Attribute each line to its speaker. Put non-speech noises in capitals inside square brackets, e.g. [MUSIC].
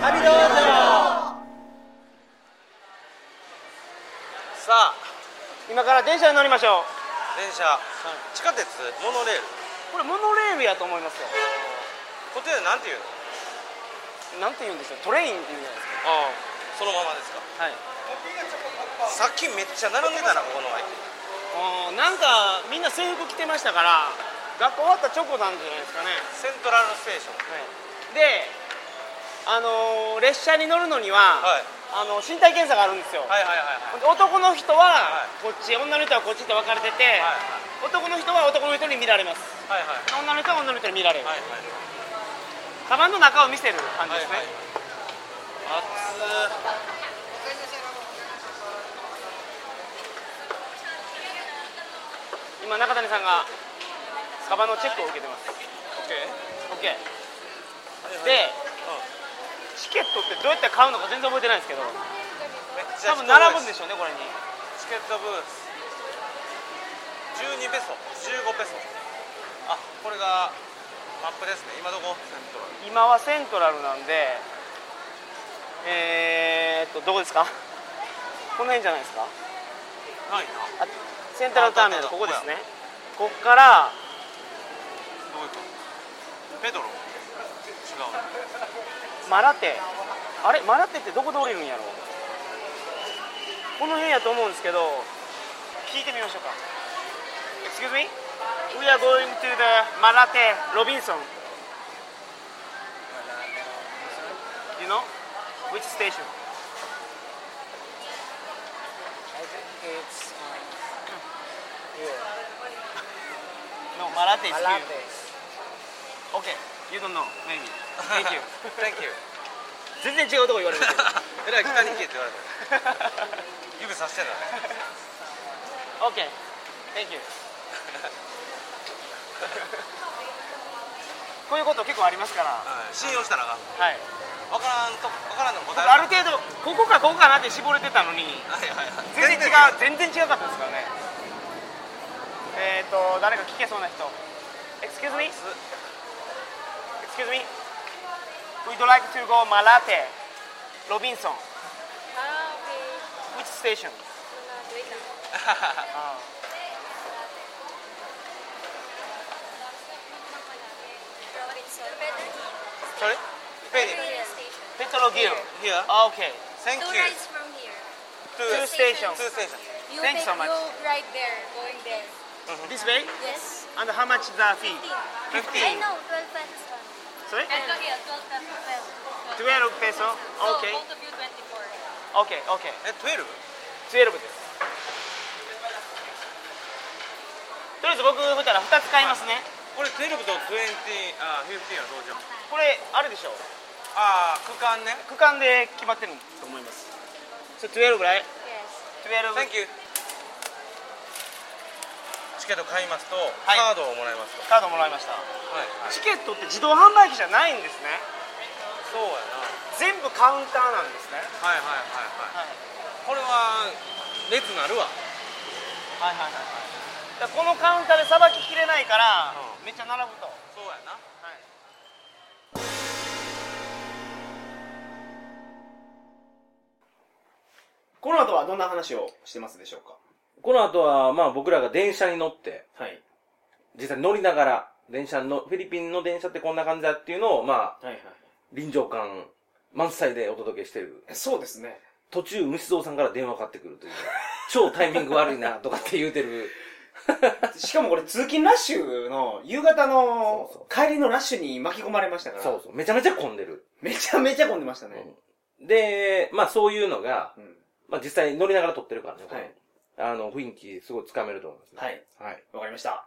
Speaker 1: 旅道場
Speaker 2: さあ
Speaker 1: 今から電車に乗りましょう
Speaker 2: 電車、地下鉄モノレール
Speaker 1: これモノレールやと思いますよ
Speaker 2: こっちでなんていう
Speaker 1: な
Speaker 2: の
Speaker 1: んて言うんでしょうトレインって言うじゃないです
Speaker 2: ああそのままですか
Speaker 1: かはい
Speaker 2: さっきめっちゃ並んでたなここの駅
Speaker 1: おーなんかみんな制服着てましたから学校終わった直後なんじゃないですかね、
Speaker 2: セントラルステーション
Speaker 1: であのー列車に乗るのには、
Speaker 2: はい
Speaker 1: あの身体検査があるんですよ、
Speaker 2: はいはいはいはいはい
Speaker 1: 男の人は
Speaker 2: は
Speaker 1: こっち、女の人はこっちと分かれてて、男の人は男の人に見られます
Speaker 2: はいはい
Speaker 1: 女の人は女の人に見られる、
Speaker 2: はいはい
Speaker 1: カバンの中を見せる感じ
Speaker 2: はい
Speaker 1: ですね、
Speaker 2: はい
Speaker 1: 今中谷さんがカバンのチェックを受けてます OK
Speaker 2: 熱
Speaker 1: で、
Speaker 2: うん
Speaker 1: チケットってどうやって買うのか全然覚えてないんですけど
Speaker 2: めっちゃ
Speaker 1: 多
Speaker 2: 人
Speaker 1: 分
Speaker 2: 多
Speaker 1: 並ぶん
Speaker 2: い
Speaker 1: でしょうねこれに
Speaker 2: チケットブース12ペソ15ペソあこれがマップですね今どこセントラル
Speaker 1: 今はセントラルなんでえー、っとどこですかこの辺じゃないですか
Speaker 2: ないな
Speaker 1: あセントラルターミナルこ
Speaker 2: あこ
Speaker 1: こ
Speaker 2: こ
Speaker 1: です
Speaker 2: だ
Speaker 1: ねこっから
Speaker 2: どういうことペドロ違うな
Speaker 1: マラテあれマラテってどこで降りるんやろこの辺やと思うんですけど聞いてみましょうか Excuse me? We are going to the マラテロビンソン You know? Which station?
Speaker 3: I think it's um, here.
Speaker 1: No, マラテ is here
Speaker 3: Malates.
Speaker 1: Okay, you don't know, maybe [LAUGHS] Thank you
Speaker 2: Thank you
Speaker 1: 全然違うとこ言われるけど
Speaker 2: えらい北に行けって言われた
Speaker 1: [LAUGHS]
Speaker 2: 指さしてんだね
Speaker 1: OK Thank you [LAUGHS] こういうこと結構ありますからは
Speaker 2: うん信用したらあかん
Speaker 1: い
Speaker 2: わからんとわから
Speaker 1: あ
Speaker 2: んの答え
Speaker 1: る程度ここかここかなって絞れてたのに
Speaker 2: はいはいはい
Speaker 1: 全然違う
Speaker 2: [LAUGHS]
Speaker 1: 全然違かったですからねえっ、ー、と誰か聞けそうな人 Excuse me? Excuse me? We'd like to go Malate Robinson
Speaker 4: Ah, okay.
Speaker 1: Which station?
Speaker 4: Wala, wait lang.
Speaker 1: Ah.
Speaker 4: Robinson. Pedro
Speaker 2: Sorry? Penny
Speaker 4: Hill Station.
Speaker 1: Petrologil
Speaker 2: Here
Speaker 1: Okay
Speaker 2: Thank
Speaker 4: Two
Speaker 2: you
Speaker 4: rides from here.
Speaker 1: Two
Speaker 2: Two
Speaker 1: stations
Speaker 2: Two stations
Speaker 4: You
Speaker 1: Thanks
Speaker 4: take-
Speaker 1: so much.
Speaker 4: You ride there, going there.
Speaker 1: This way
Speaker 4: Yes.
Speaker 1: And how much the fee?
Speaker 2: 15
Speaker 4: I know, 12 pesos one.
Speaker 1: Sorry?
Speaker 4: here, 12 pesos.
Speaker 1: 12 peso Okay
Speaker 4: of you, 24.
Speaker 1: Okay Okay
Speaker 2: え 12?
Speaker 1: 12ですとりあえず僕見たら2つ買いますね、
Speaker 2: これ12と20あ15はどうしよう
Speaker 1: これあれでしょ
Speaker 2: ああ区間ね
Speaker 1: 区間で決まってると思いますそれ12ぐらい
Speaker 4: Yes.
Speaker 1: 12
Speaker 2: Thank you チケット買いますと、
Speaker 1: い
Speaker 2: カードをもらいますと
Speaker 1: カードもらいました
Speaker 2: はい、はい、
Speaker 1: チケットって自動販売機じゃないんですね
Speaker 2: そうやな
Speaker 1: 全部カウンターなんですね
Speaker 2: はいはいはいはいこれは列なるわ
Speaker 1: はいはいはいはいこのカウンターでさばききれないから、
Speaker 2: う
Speaker 1: めっちゃ並ぶと、
Speaker 2: そうやな
Speaker 1: この後はどんな話をしてますでしょうか
Speaker 5: この後は、まあ僕らが電車に乗って、
Speaker 1: はい
Speaker 5: 実際に乗りながら、電車の、フィリピンの電車ってこんな感じだっていうのを、まあ、
Speaker 1: はいはい
Speaker 5: 臨場感満載でお届けしてる。
Speaker 1: そうですね
Speaker 5: 途中、虫蔵さんから電話かかってく
Speaker 1: [LAUGHS]
Speaker 5: るという。超タイミング悪いな、とかって言うてる。
Speaker 1: しかもこれ通勤ラッシュの夕方の
Speaker 5: そう
Speaker 1: 帰りのラッシュに巻き込まれましたから
Speaker 5: そうそう。めちゃめちゃ混んでる。
Speaker 1: めちゃめちゃ混んでましたね、
Speaker 5: で、まあそういうのが、
Speaker 1: うん
Speaker 5: まあ実際に乗りながら撮ってるからね、これ
Speaker 1: はい
Speaker 5: あの、雰囲気すごいつかめると思いますね。
Speaker 1: は
Speaker 5: は
Speaker 1: い
Speaker 5: い。
Speaker 1: わかりました